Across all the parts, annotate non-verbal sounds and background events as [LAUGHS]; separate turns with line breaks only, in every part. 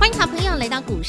欢迎好朋友来到股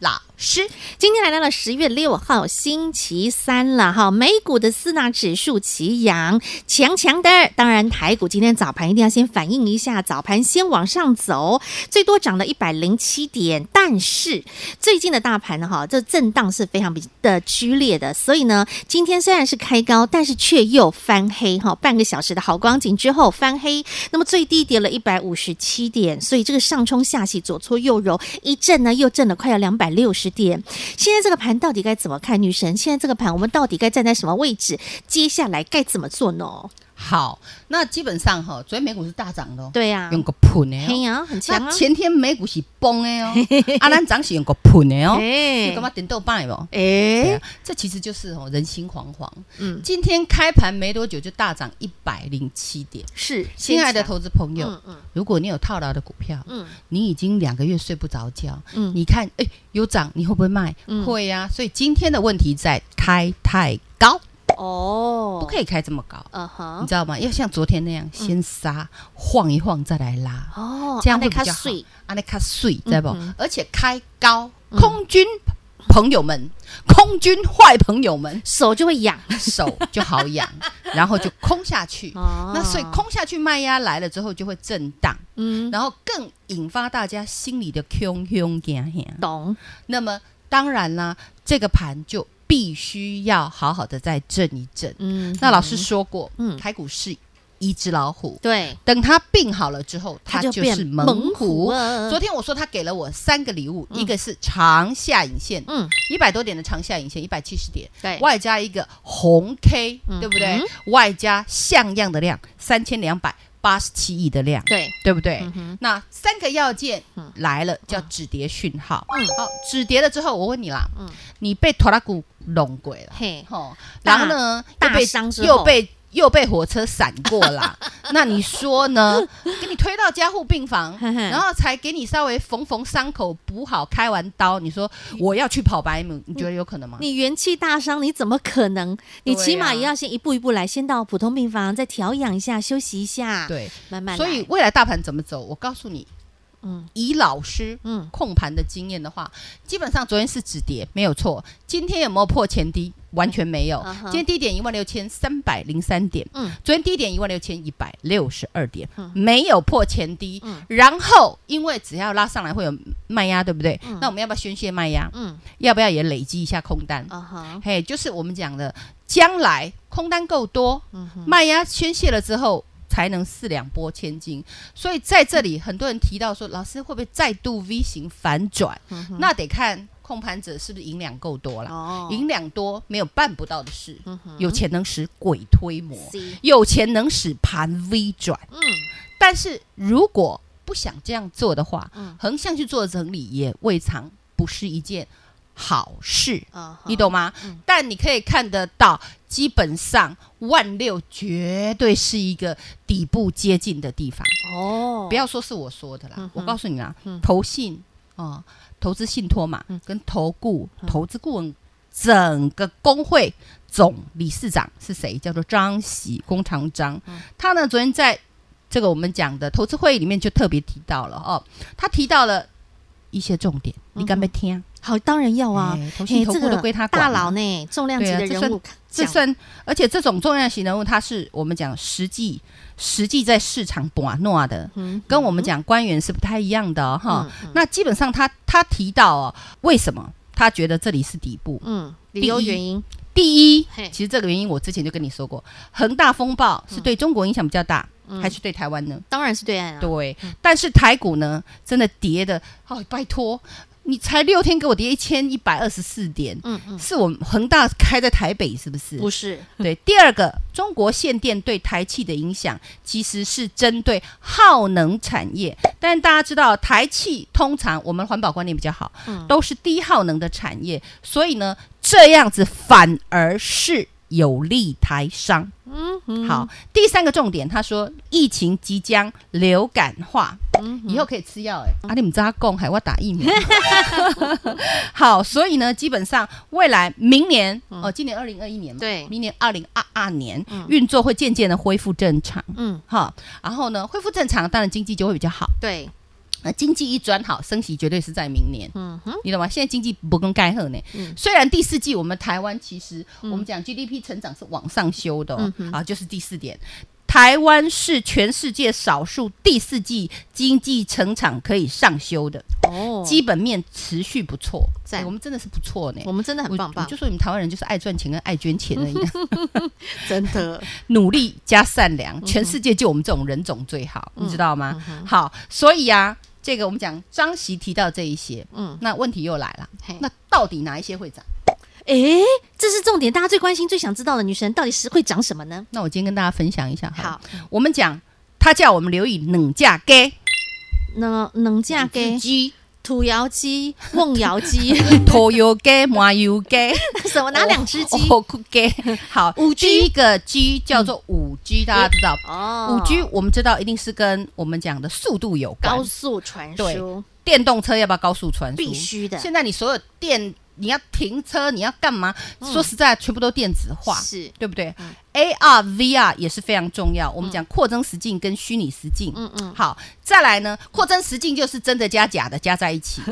老师。
今天来到了十月六号星期三了哈，美股的四大指数齐扬，强强的。当然，台股今天早盘一定要先反映一下，早盘先往上走，最多涨了一百零七点，但是最近的大盘呢哈，这震荡是非常比的剧烈的，所以呢，今天虽然是开高，但是却又翻黑哈，半个小时的好光景之后翻黑，那么最低跌了一百五十七点，所以这个上冲下洗，左搓右揉，一震呢又震了快要两百六十点。现在这个盘到底该怎么看？女神，现在这个盘我们到底该站在什么位置？接下来该怎么做呢？
好，那基本上哈，昨天美股是大涨的、哦，
对呀、
用个喷的、
嘿
哦。
呀、很强啊
那！前天美股是崩的哦，啊，咱涨是用个喷的哦，
哎
你干嘛点豆瓣有没有？对
哎
啊，这其实就是哦人心惶惶。
嗯，
今天开盘没多久就大涨一百零七点，
是
亲爱的
先
投资朋友
强，嗯
如果你有套牢的股票，
嗯
你已经两个月睡不着觉，
嗯
你看，哎、有涨，你会不会卖？
嗯
会呀、所以今天的问题在开太高，
嗯，哦，
不可
以，
以开这么高，
嗯
你
哼，
知道吗？要像昨天那样，先杀，晃一晃再来拉，
嗯哦，
这样
啊
会
那
比
较
较好
水，
啊，那卡碎，知道不
嗯哼？，
而且开高，空军朋友们，空军坏朋友们
手就会痒。
手就好
[LAUGHS]
痒，然后就空下去。
哦
[LAUGHS] 那所以空下去卖压来了之后就会震荡，
嗯，
然后更引发大家心里的恐恐惊吓。
懂，
那么当然啦，这个盘就必须要好好的再震一震。
嗯，
那老师说过，
嗯
嗯，台股是一只老虎，
对，
等它病好了之后，它
它
就
变啊
是猛虎。啊
了
昨天我说他给了我三个礼物，
嗯
一个是长下影线，
嗯，
一百多点的长下影线，一百七十点，
对，
外加一个红 K，、
嗯
对不对？外加像样的量，三千两百八十七亿的量，
对，
对不对？
嗯哼，
那三个要件
嗯
来了，叫止跌讯号。
嗯
好，止跌了之后，我问你啦，
嗯
你被拖拉股弄过了，
嘿，
吼，
大
然后呢，
大
又被
伤之后
又被又被火车闪过
[LAUGHS]
啦。那你说呢？给你推到加护病
[LAUGHS]
房，
嘿嘿
然后才给你稍微缝缝伤口，补好，开完刀，你说我要去跑百米，你觉得有可能吗？
你元气大伤，你怎么可能？你
啊对
起码
啊
也要先一步一步来，先到普通病房再调养一下，休息一下，，
对，
慢慢来。
所以未来大盘怎么走，我告诉你，
嗯
以老师
嗯，
控盘的经验的话，基本上昨天是止跌，没有错。今天有没有破前低？完全没有。
嗯哼
今天低点一万六千三百零三点，
嗯
昨天低点一万六千一百六十二点
嗯，
没有破前低
嗯。
然后因为只要拉上来会有卖压，对不对
嗯？
那我们要不要宣泄卖压？
嗯
要不要也累积一下空单？
啊哈，
嘿，就是我们讲的，将来空单够多，
嗯哼，
卖压宣泄了之后，才能四两拨千斤。所以在这里，很多人提到说，老师会不会再度 V 型反转？
嗯哼
那得看控盘者是不是银两够多啦。
哦
银两多没有办不到的事，
嗯哼
有钱能使鬼推磨，
C，
有钱能使盘 V 转。
嗯
但是如果不想这样做的话，
嗯
横向去做整理也未尝不是一件好事。
啊哈，
你懂吗？
嗯
但你可以看得到，基本上万六绝对是一个底部接近的地方。
哦，
不要说是我说的啦，
嗯哼
我告诉你啦，
嗯
投信啊、哦投资信托嘛，
嗯
跟投顾、
嗯
投资顾问整个工会总理事长是谁？叫做张喜，工长张。
嗯
他呢，昨天在这个我们讲的投资会议里面就特别提到了哦，他提到了一些重点，你敢不敢听？
好，当然要啊，
哎投
嘿
信
这个
投顾都归他管
大
嘛。
佬呢，重量级
对啊
的
这
人
算
物，
这
讲
算，而且这种重要型人物，他是我们讲实际实际在市场把诺的，
嗯
跟我们讲官员是不太一样的哦哈、
嗯嗯
那基本上他他提到哦，为什么他觉得这里是底部？
嗯，理
第
由
一
原因，
第一
嘿，
其实这个原因我之前就跟你说过，恒大风暴是对中国影响比较大，
嗯
还是对台湾呢？
当然是对岸啊，
对，但是台股呢，真的跌的哦，拜托，你才六天给我跌一千一百二十四点，
嗯嗯，
是我们恒大开在台北是不是？
不是，
对，第二个，中国限电对台气的影响，其实是针对耗能产业。但大家知道，台气通常我们环保观念比较好，都是低耗能的产业，所以呢，这样子反而是有利台商。嗯，好，第三个重点，他说疫情即将流感化，以后可以吃药哎、欸，啊，你们道供还我打疫苗。 [LAUGHS] 好，所以呢，基本上未来明年哦，今年二零二一年嘛，
对
明年二零二二年运作会渐渐的恢复正常，
嗯，
哈，然后呢，恢复正常，当然经济就会比较好。
对，
那经济一转好，升息绝对是在明年，
嗯哼，嗯
你懂吗？现在经济不更盖赫呢。虽然第四季我们台湾其实我们讲 GDP 成长是往上修的、
嗯
哦啊，就是第四点。台湾是全世界少数第四季经济成长可以上修的，
哦，
基本面持续不错，
赞
哎我们真的是不错呢。
我们真的很棒
我
棒
我就，说你们台湾人就是爱赚钱跟爱捐钱而
[LAUGHS]
已，
真的，
努力加善
嗯
良，全世界就我们这种人种最好，你知道吗？好，所以啊，这个我们讲张席提到这一些，
嗯，
那问题又来了
嘿，
那到底哪一些会涨？
诶，这是重点，大家最关心、最想知道的，女神到底是会长什么呢？
那我今天跟大家分享一下了
好，
我们讲他叫我们留意冷价给
能能嫁给
鸡、
土窑鸡、瓮窑 [LAUGHS] 鸡，
拖油
[LAUGHS]
给、麻油给。
什么拿两只鸡？
[LAUGHS] 哦，酷给好，
5G
第一个 G 叫做五 G，大家知道。
哦
五 G 我们知道一定是跟我们讲的速度有关
高，速传
对
输
电动车要不要高速传输？
必须的，
现在你所有电，你要停车，你要干嘛？说实在，全部都电子化，
嗯是嗯
对不对？AR、VR 也是非常重要。我们讲扩增实境跟虚拟实境，
嗯嗯，
好，再来呢，扩增实境就是真的加假的加在一
[LAUGHS]
起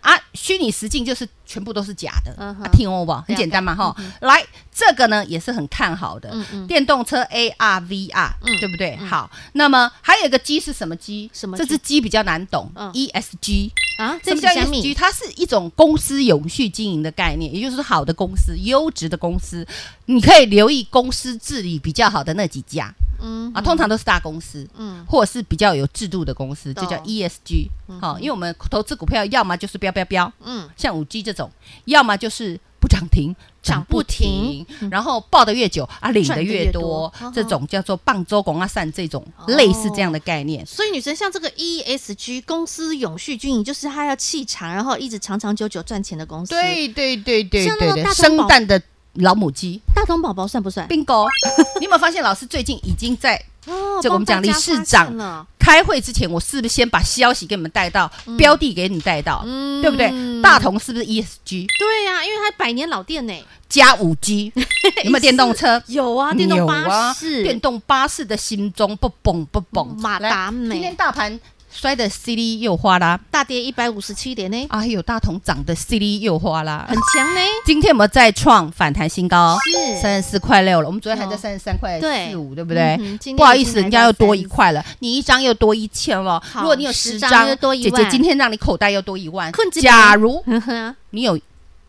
啊，虚拟实境就是全部都是假的，
嗯哼
啊、听我吧，很简单嘛哈。来，这个呢也是很看好的，
嗯嗯
电动车 AR、VR，、
嗯
对不对？好，那么还有一个鸡是什么鸡？
什么
这
鸡
只鸡比较难懂、
嗯
e s g
啊，
什
这
么
是
叫
虾米
ESG？它是一种公司永续经营的概念，也就是说好的公司、优质的公司，你可以留意公司治理比较好的那几家。
嗯
啊，通常都是大公司，
嗯
嗯，或者是比较有制度的公司，
懂
就叫 E ESG。好、因为我们投资股票，要么就是标标标，
嗯，
像五 G 这种，要么就是不涨停。
涨不停，
然后抱得越久啊，领得越多，嗯
赚得越多
这种叫做棒周广啊散这种、类似这样的概念。
所以女神像这个 ESG 公司永续经营，就是它要气长，然后一直长长久久赚钱的公司。，
对对对对
像那
对
个
对，
大
生
同宝
蛋的老母鸡，
大同宝宝算不算？ [LAUGHS]
bingo！你有没有发现老师最近已经在
哦
这个我们讲
帮大家
理事长
发现了，
开会之前，我是不是先把消息给你们带到，
嗯
标的给你带到，对不对？大同是不是 ESG
对啊呀、因为它百年老店呢、
加五
[LAUGHS]
G？有没有电动车？
有啊，电动
有啊
巴士，
电动巴士的心中不蹦不蹦。
马
来
达美
今天大盘摔的 CD 又哗啦，
大跌一百五十七点呢，
哎呦，大同涨的 CD 又哗啦
很。强呢。
今天我们再创反弹新高，
是
三十四块六了。我们昨天还在
哦
三十三块
对
四五，对不对
嗯哼今天？
不好意
已
思，
经来
人家又
到
多一
30
块了，你一张又多一千了。
好
如果你有
十
十
张
张
又多，一
姐姐
万
今天让你口袋又多一万
困。之
假
前 [LAUGHS]
如
呵呵
你有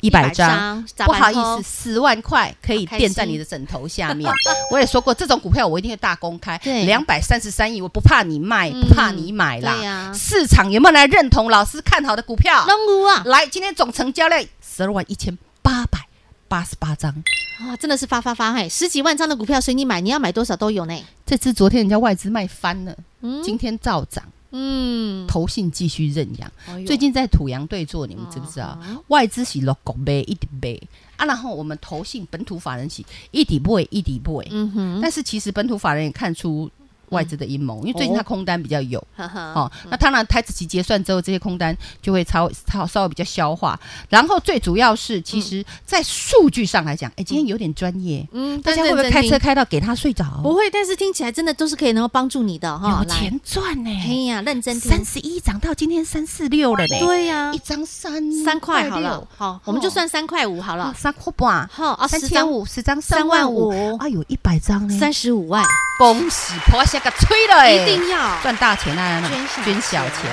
一百张。
100
不好意，
砸
思，
板
十万块可以
好开
垫在
心
你的枕头
[LAUGHS]
下面。我也说过，这种股票我一定会大公开，
对
两百三十三亿，我不怕你卖，
嗯
不怕你买啦。
对呀
市场有没有来认同老师看好的股票
头？龙骨啊，
来，今天总成交量十二万一千八百八十八张。
啊，真的是发发发嘿，十几万张的股票随你买，你要买多少都有呢。
这只昨天人家外资卖翻了，
嗯
今天照涨，
嗯，
投信继续认养。
哎呦哦
最近在土洋对坐，你们知不知道？外资是六股买一直买啊，然后我们投信本土法人是一底不一底不
嗯嗯哼，
但是其实本土法人也看出外资的阴谋，因为最近它空单比较有。
呵呵，
哦，那当然，台子期结算之后，这些空单就会超超稍微比较消化。然后最主要是，其实，在数据上来讲，哎、今天有点专业，
嗯，
大家会不会
认真
开
听
车开到给他睡着？
不会，但是听起来真的都是可以能够帮助你的哈。
有
来，
钱赚呢、
嘿呀，认真
三
听，
十一涨到今天三四六了呢、
对呀
一，张三
三块好
六
了，好，我们就算三块五好
啊
了，
三块半，
好啊，
三
10
千
张，
五，十张
三
三
万
万
五
五，啊，有一百张呢，
三十五万，
恭喜婆下个吹了、欸，
一定要
赚大钱啊！
捐小
捐小钱，
钱，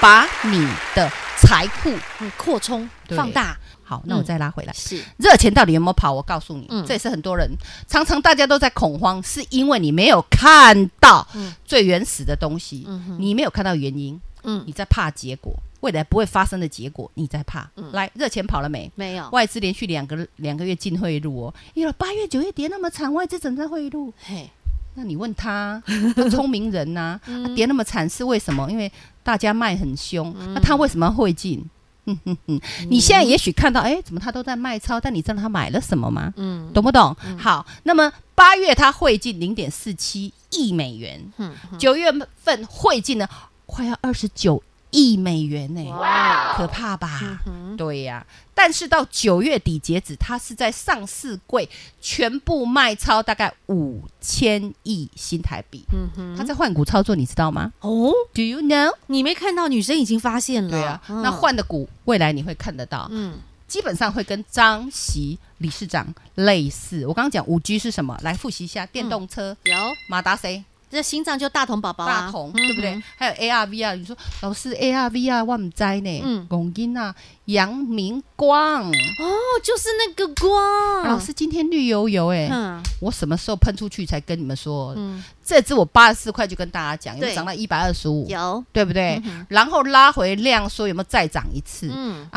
把你的财库
嗯，扩充
对
放大
好，那我再拉回来。
是
热钱到底有没有跑？我告诉你，
嗯
这也是很多人常常大家都在恐慌，是因为你没有看到
嗯
最原始的东西，
嗯哼
你没有看到原因。
嗯
你在怕结果，未来不会发生的结果，你在怕。来，热钱跑了没？
没有，
外资连续两个两个月净汇入哦，因为八月九月跌那么惨，外资怎么在汇入？
嘿，
那你问
[LAUGHS]
他，都聪明人呐、
嗯
啊跌那么惨是为什么？因为大家卖很凶，
嗯
那他为什么会进？ [LAUGHS] 哼哼哼，你现在也许看到，哎，怎么他都在卖超？但你知道他买了什么吗？
嗯
懂不懂？好，那么八月它汇进零点四七亿美元，
嗯，
九月份汇进了快要二十九亿美元呢、
哇，
可怕吧？
嗯
对呀、但是到九月底截止，它是在上市柜全部卖超大概五千亿新台币，
嗯哼，
它在换股操作，你知道吗
哦，
？Do you know？
你没看到女生已经发现了，
对啊，
嗯
那，换的股未来你会看得到，
嗯
基本上会跟张席理事长类似。我刚刚讲五 G 是什么？来复习一
嗯
下：电动车、
有，
马达谁？
这心脏就大同宝宝啊，
大同，
嗯
对不对？？还有 AR VR，你说啊老师 AR VR 啊我们在
嗯
呢，龚金啊，杨明光，
哦，就是那个光，
老，师今天绿油油哎、
嗯
我什么时候喷出去才跟你们说？
嗯，
这只我八十四块就跟大家讲，有没
对
有涨到一百二十五？
有，
对不对？
嗯
然后拉回量缩，有没有再涨一次？
嗯，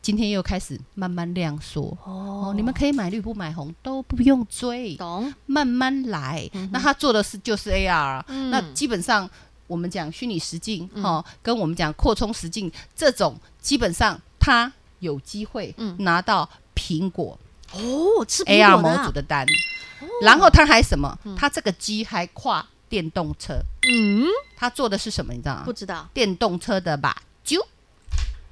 今天又开始慢慢量缩。
哦
哦，你们可以买绿不买红都不用追，
懂，
慢慢来。那他做的是就是 AR，啊、
嗯
那基本上我们讲虚拟实境
嗯
哦，跟我们讲扩充实境这种，基本上他有机会
嗯
拿到苹果
哦，吃苹
AR
果的
模
啊
组，的单，然后他还什么？他这个机还跨电动车，
嗯，
他做的是什么？你知道吗
不？知道，
电动车的吧，啾，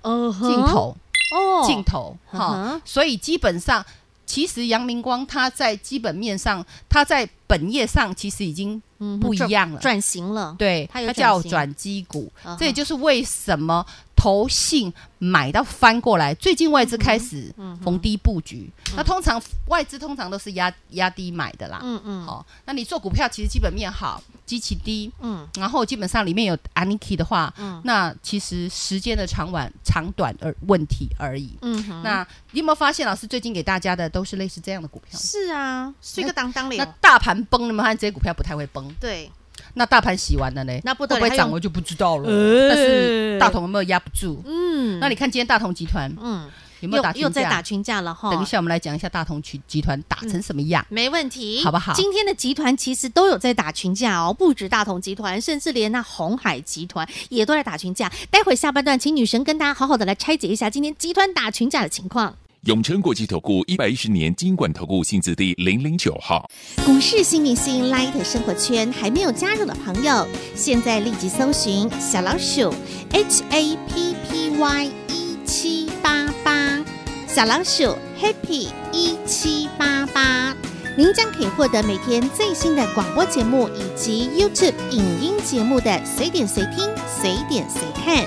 哦，
镜头，
哦，
镜头，
嗯
哈
哼，
所以基本上。其实阳明光它在基本面上，它在本业上其实已经
嗯
不一样了
转型了，
对，
它有
它叫
转型
转机股
嗯哼，
这也就是为什么投信买到翻过来。最近外资开始
嗯
逢低布局，那通常外资通常都是压压低买的啦，
嗯嗯
哦，那你做股票其实基本面好，基期低，
嗯，
然后基本上里面有 Aniki 的话，
嗯
那其实时间的长晚长短而问题而已。
嗯哼，
那你有没有发现，老师最近给大家的都是类似这样的股票？
是啊，是一个当当
那
脸，
大盘崩了吗？这些股票不太会崩。
对，
那大盘洗完了呢？
那不得
会
了
不会
还
涨
有
我就不知道了。
哎
但是大同有没有压不住？
嗯，
那你看今天大同集团
嗯，
有没有打
又又
群
在打哦嗯
架？
群架了哈，
等一下我们来讲一下大同集集团打成什么样。
没问题，
好不好
今天的集团其实都有在打群架哦，不止大同集团，甚至连那红海集团也都在打群架。待会下半段，请女神跟大家好好的来拆解一下今天集团打群架的情况。
永诚国际投顾一百一十年金管投顾性质第零零九号。
股市新明星 Light 生活圈还没有加入的朋友，现在立即搜寻小老鼠 HAPPY 一 E 七八八，小老鼠 Happy 一七八八，您将可以获得每天最新的广播节目以及 YouTube 影音节目的随点随听、随点随看。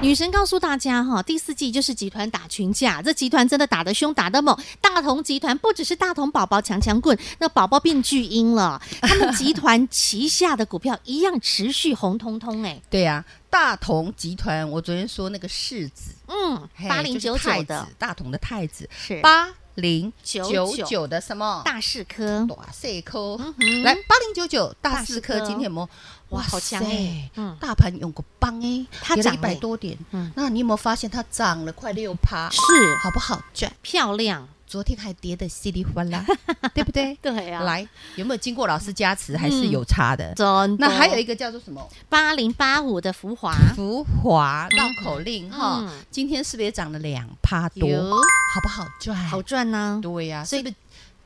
女神告诉大家哈，第四季就是集团打群架，这集团真的打得凶，打得猛。大同集团不只是大同宝宝强强棍，那宝宝变巨婴 [LAUGHS] 了，他们集团旗下的股票一样持续红彤彤哎，
对呀、大同集团，我昨天说那个世子，
嗯，
嘿
八零
就
九
是太
九
子
的
大同的太子，
是
八零九
99
九的什么
大士科，
大四颗，
嗯哼
来八零九九大四
大四
颗，
颗
今天有没有？
哇好强欸嗯
大盘有个棒哎，
它
跌
涨
了一百
欸
多点
嗯，
那你有没有发现它涨了快六趴？
是
好不好赚？
漂亮，
昨天还跌的稀里
[LAUGHS]
哗啦，对不对？
对啊，嗯
来，有没有经过老师加持，还是有差的？
真
那还有一
一
个叫做什么
八零八五的浮华，
浮华绕口令哈
啊嗯，
今天是不是也涨了两趴多？
有
好不好赚？
好赚呢、
对呀，
所以
是不是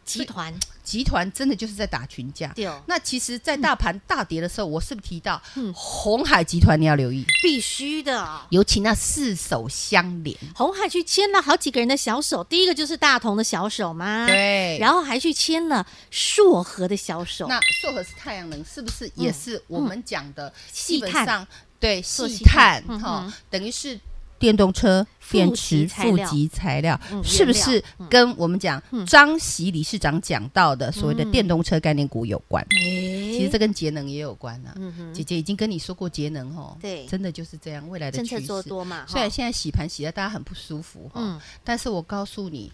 集团
集团真的就是在打群架？
掉
那其实，在大盘大跌的时候，我是不是提到
嗯
红海集团你要留意，
必须的。
尤其那四手相连，
红海去牵了好几个人的小手，第一个就是大同的小手嘛，，
对然后
然后还去牵了硕和的小手，
那硕和是太阳能，是不是也是我们讲的
细
基
嗯碳
本上对
做
细
细碳
碳
嗯
哈
哼，
等于是电动车、
负
电
极
池
材料
负极材料
嗯，
是不
原
是
料嗯
跟我们讲
嗯
张习理事长讲到的所谓的
嗯
电动车概念股有关？其
其
实这跟节能也有关啊。
嗯哼
姐姐已经跟你说过节能哦，
对
真的就是这样，未来的
政
趋
策
势。
做多嘛，
虽然
哈
现在洗盘洗的大家很不舒服哈，
嗯
但是我告诉你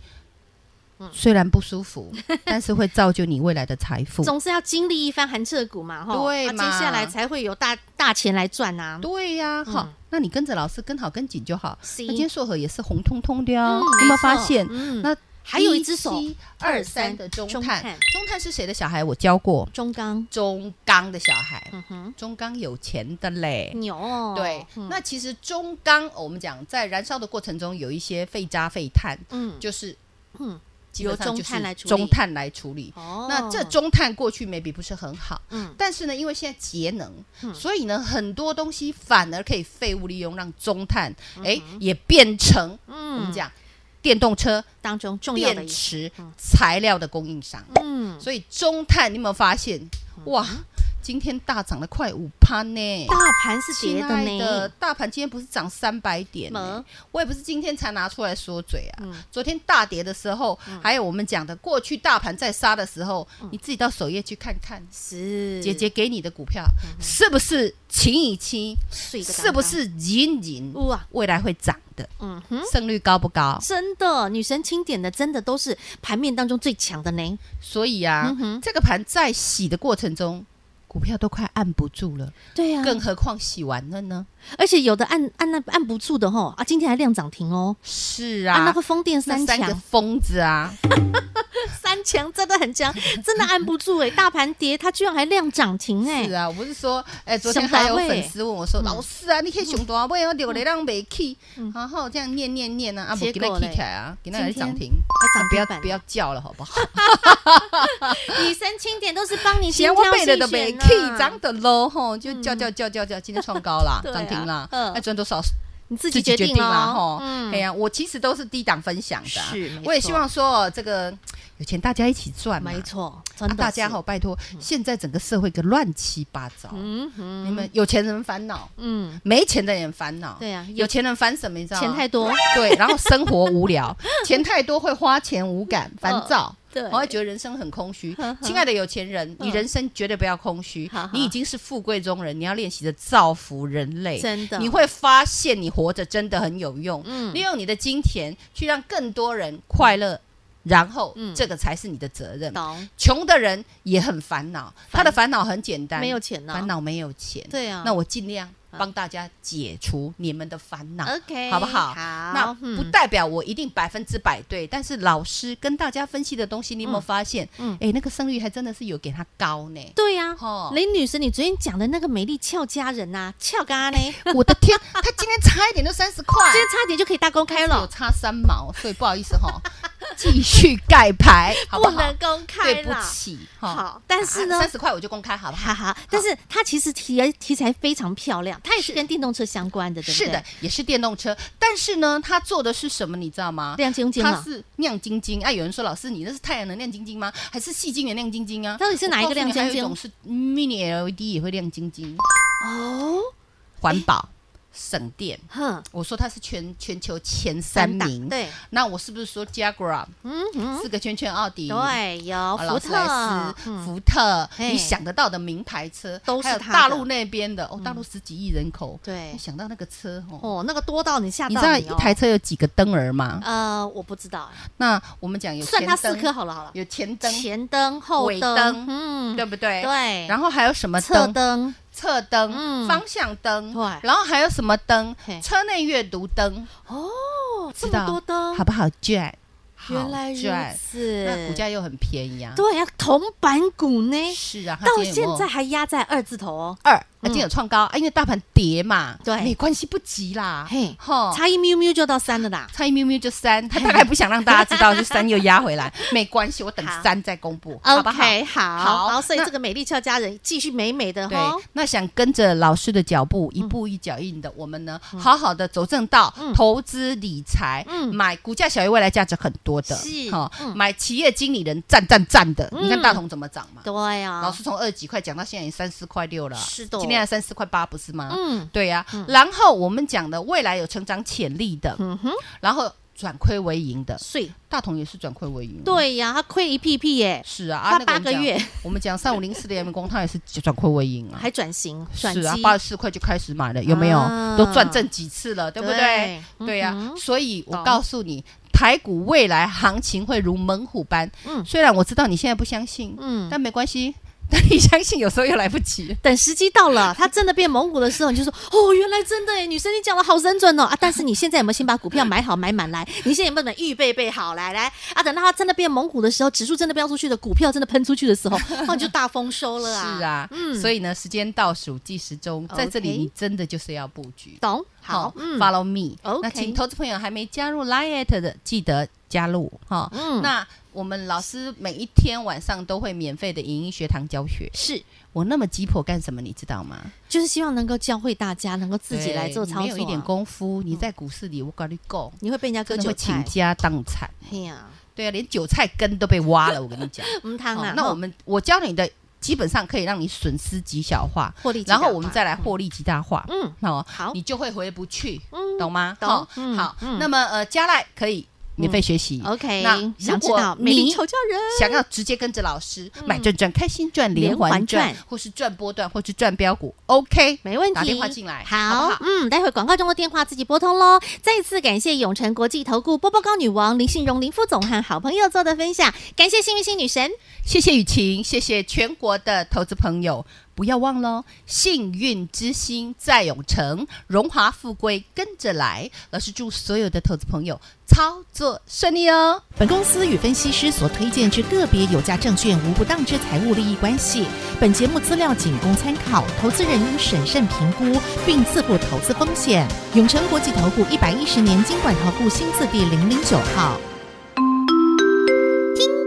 嗯，
虽然不
[LAUGHS]
舒服，但是会造就你未来的财富。
总是要经历一番寒彻骨嘛，哈，
对
啊
嘛
接下来才会有大大钱来赚啊。
对呀、好、
嗯
那你跟着老师跟好跟紧就好。
是
那今天硕和也是红彤彤的哦，
嗯
你有没有发
错
现？
嗯
那
还有一只手
二三的中
中
探
探，
中探是谁的小孩？我教过
中钢，
中钢的小孩，
嗯哼，
中钢有钱的嘞。
牛哦，
对，
嗯
那其实中钢我们讲在燃烧的过程中有一些废渣废炭，
嗯
就是
嗯，
基本上
由
就
中碳来
是
处理
中碳来处理。
哦
那这中碳过去 maybe 不是很好，
嗯
但是呢，因为现在节能，
嗯
所以呢，很多东西反而可以废物利用，让中碳哎、也变成、我们
嗯
讲电动车、
当中重要的
电
一
池、材料的供应商。
嗯
所以中碳，你有没有发现？哇，今天大涨了快五趴呢！
大盘是跌的
亲爱的
呢，
大盘今天不是涨三百点呢、
没
我也不是今天才拿出来说嘴啊。
嗯
昨天大跌的时候，还有我们讲的过去大盘在杀的时候，你自己到首页去看看，
嗯是
姐姐给你的股票、是不是情以轻，
碎个刚刚
是不是隐隐
哇？
未来会涨的，
嗯哼，
胜率高不高？
真的，女神清点的真的都是盘面当中最强的呢。
所以啊
嗯，哼
这个盘在洗的过程中，股票都快按不住了，
对啊，
更何况洗完了呢？
而且有的按按那按不住的吼啊，今天还亮涨停哦。
是
啊，那
啊
个，风电
那
三
三个
强，
疯子啊，
三强真的很强， [LAUGHS] 真的按不住哎、大盘跌，它居然还亮涨停哎、
是啊，我不是说，哎，昨天
熊大
还有
卫
粉丝问我说，
嗯
老师啊，你可以熊多位哦，流雷浪没去，然后这样念念念啊，啊，
结
不给它
果嘞
K 起来啊，给它来
今天
涨停，啊
还涨
不
停
要
板了
不要叫了好
[LAUGHS]
不好？
女神清点都是帮你
嫌
精
我
挑
背了的
细
没
选啊
K
呐、
涨的 low 吼，就叫叫叫叫叫，今天创高啦，
[LAUGHS] 对啊
涨停啦，
嗯
哎，赚多少
你自己
自
决
己决
定
定啦
哦
吼。。哎
嗯，
呀，我其实都是低档分享的啊，
是没
我也
错
希望说这个有钱大家一起赚嘛
没。错，真
啊
的、
大家好，，拜托！现在整个社会个乱七八糟，
嗯哼，
你们有钱人烦恼，
嗯，
没钱的人烦恼。
对啊有
有钱人烦什么？你知道吗？
钱太多，
对，然后生活
[LAUGHS]
无聊，钱太多会花钱无感、烦躁。
嗯对
然后会觉得人生很空虚
呵呵。嗯
亲爱的有钱人，你人生绝对不要空虚
好好，
你已经是富贵中人，你要练习着造福人类。
真的
你会发现你活着真的很有用。
嗯
利用你的金钱去让更多人快乐，然后
嗯
这个才是你的责任。
懂，
穷的人也很烦恼，他的烦恼很简单，
没有钱呢、
烦恼没有钱。
对啊，
那我尽量帮大家解除你们的烦恼。
OK
好不好
好，嗯
那不代表我一定百分之百对，但是老师跟大家分析的东西，你有没有发现？
嗯
嗯，哎、那个胜率还真的是有给他高呢。 [LAUGHS]
对呀、
哦
林女神，你昨天讲的那个美丽俏佳人呐、俏嘎 [LAUGHS] 呢，今
我的天，他今天差一点就三十块，
天差点就可以大公开
有
了，
差三毛，所以不好意思哈， [LAUGHS] 继续盖牌，好
不
好？
能公开
对不
了。
起，
好但是呢
三十块我就公开，好不好？
哈哈，但是它其实题题材非常漂亮，它也是跟电动车相关的，对不对？
是的，，也是电动车，但是呢，他做的是什么，你知道吗？
亮晶晶
它
啊，
是亮晶晶。哎、有人说老师，你那是太阳能亮晶晶吗？还是细晶圆亮晶晶啊？
到底是哪一个
我告诉
亮
你
晶晶
还有一种是 mini LED 也会亮晶晶，
哦，
环保、省电。
哼，
我说它是全全球前三
大
名，。
对，
那我是不是说 Jaguar 啊
嗯嗯，
四个圈圈奥迪？
对，有
啊
福
劳斯莱
特
斯、、
嗯
福特，
嘿
你想得到的名牌车
都是
还有
它的嗯
大陆那边的哦，大陆十几亿人口，
对
我想到那个车哦，
哦，那个多到你吓到
你知道
你
一
哦
台车有几个灯
[LAUGHS]
儿吗？
呃，我不知道，
那我们讲有
算它
前
四
灯，
颗好了好了，
有前灯，
前灯、后
尾灯
嗯，
对不对？
对，
然后还有什么
侧
灯？
灯，
侧灯、
嗯
方向灯，
对
然后还有什么灯
嘿？
车内阅读灯，
哦，这
知
么
道
多灯
好，不好赚？好
原来如
赚，
此，
那股价又很便宜啊。
对呀，铜板股呢，
是啊，它
到
今天有
现
没有
在还压在二字头哦，
二，它今天有创高啊，因为大盘跌嘛，
对
没关系，不急啦。
嘿
啊吼
差一喵喵就到三了啦。
差一喵喵就三，他大概不想让大家知道，就三又压
[LAUGHS]
回来，没关系，我等
好
三再公布，好不好？
OK，好，
好
好，所以
那
这个美丽俏佳人继续美美的
对
哈，，
那想跟着老师的脚步，一步一脚印的我们呢，好好的走正道，投资理财，
嗯
买股价小于未来价值很多的，
是
哦
嗯
买企业经理人赞赞赞的，
嗯
你看大同怎么涨嘛？
对呀，啊
老师从二十几块讲到现在也三四块六了，
是的
基今天还三四块八，不是吗？
嗯
对呀、然后我们讲的未来有成长潜力的，
嗯哼，
然后转亏为盈的，
所以
大同也是转亏为盈。，
对呀，他亏一屁屁耶，
是啊，啊
花
那
八
我们
个
讲
月
我们讲三五零四的阳明光，它也是转亏为盈啊。
还转型转
是
机
啊，，八十四块就开始买了，有没有？
啊
都转正几次了，对不对
对？
对呀、
嗯哼
所以我
懂
告诉你，台股未来行情会如猛虎般。
嗯
虽然我知道你现在不相信，
嗯，
但没关系， [LAUGHS] 但你相信有时候又来不及。
等时机到
[LAUGHS]
了，它真的变蒙古的时候，你就说哦，原来真的耶，女生你讲的好神准哦啊！但是你现在有没有先把股票买好买满来？你现在有没有把预备备好来来啊？等到它真的变蒙古的时候，指数真的飙出去的，股票真的喷出去的
[LAUGHS]
时候，那你就大丰收 [LAUGHS] 了啊！
是，啊，
嗯
所以呢，时间倒数计时钟，在这里
OK
你真的就是要布局。
懂好，嗯，
，Follow me。
OK
那请投资朋友还没加入 Lite 的，记得加入哈。
嗯
那我们老师每一天晚上都会免费的影音学堂教学。
是
我那么急迫干什么？你知道吗？
就是希望能够教会大家能够自己来做
对
操作啊，
嗯没有一点功夫，你在股市里，我跟你讲，
你会被人家割
真的
韭
会倾
菜。
家荡产。
嘿呀，
对啊，连韭菜根都被挖
[LAUGHS]
了，我跟你讲。
嗯，汤
好
啊，
那
哦
我们我教你的，基本上可以让你损失极小化，
获利，
然后我们再来，获利极大化。
嗯，
哦，
好
你就会回不去，
嗯
懂吗？
懂
好
嗯
好
嗯，
那么呃，加赖可以免费学习。
，OK，
那
想
如
知
果
道美丽
你
丑叫人。
想要直接跟着老师
嗯
买赚赚、开心赚、
连
连环
环
赚
赚，
或是赚波段，或是赚标股，OK，
没问题，
打电话进来
好，
好不好
嗯，待会广告中的电话自己拨通喽。再次感谢永诚国际投顾波波高女王林信荣林副总和好朋友做的分享，感谢幸运星女神。
谢谢雨晴，谢谢全国的投资朋友，不要忘喽！幸运之星在永城，荣华富贵跟着来。老师祝所有的投资朋友操作顺利哦！
本公司与分析师所推荐之个别有价证券无不当之财务利益关系。本节目资料仅供参考，投资人应审慎评估并自负投资风险。永诚国际投顾一百一十年经管投顾新字第零零九号。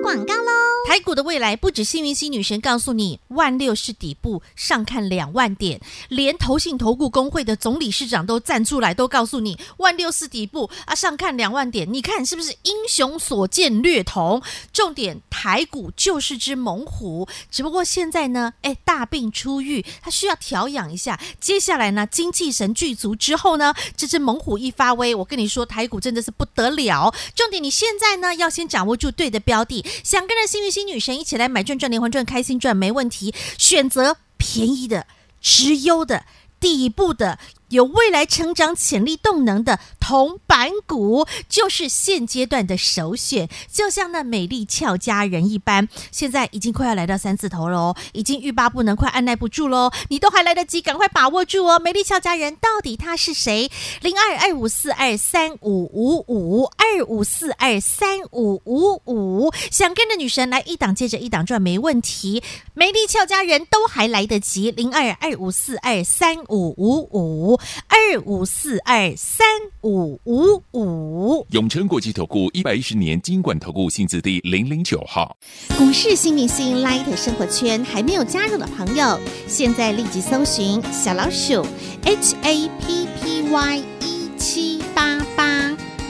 广告喽！台股的未来不止幸运星女神告诉你，万六是底部，上看两万点，连投信投顾工会的总理事长都站出来，都告诉你万六是底部啊，上看两万点，你看是不是英雄所见略同？重点台股就是只猛虎，只不过现在呢，哎，大病初愈，它需要调养一下。接下来呢，精气神具足之后呢，这只猛虎一发威，我跟你说，台股真的是不得了。重点，你现在呢要先掌握住对的标的，想跟着幸运星女神一起来买赚赚连环赚、开心赚没问题，选择便宜的、直优的、底部的。有未来成长潜力动能的铜板股，就是现阶段的首选，就像那美丽俏佳人一般，现在已经快要来到三字头了哦，已经欲罢不能，快按耐不住喽！你都还来得及，赶快把握住哦！美丽俏佳人到底她是谁？零二二五四二三五五五二五四二三五五五，想跟着女神来一档接着一档赚没问题，美丽俏佳人都还来得及，零二二五四二三五五五二五四二三五五五。
永诚国际投顾一百一十年金管投顾新字第零零九号。
股市新明星 Light 生活圈还没有加入的朋友，现在立即搜寻小老鼠 HAPPY 一 E 七八八，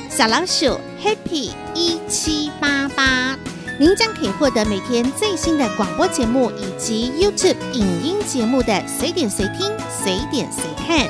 小老鼠 Happy 一七八八，您将可以获得每天最新的广播节目以及 YouTube 影音节目的随点随听、随点随看。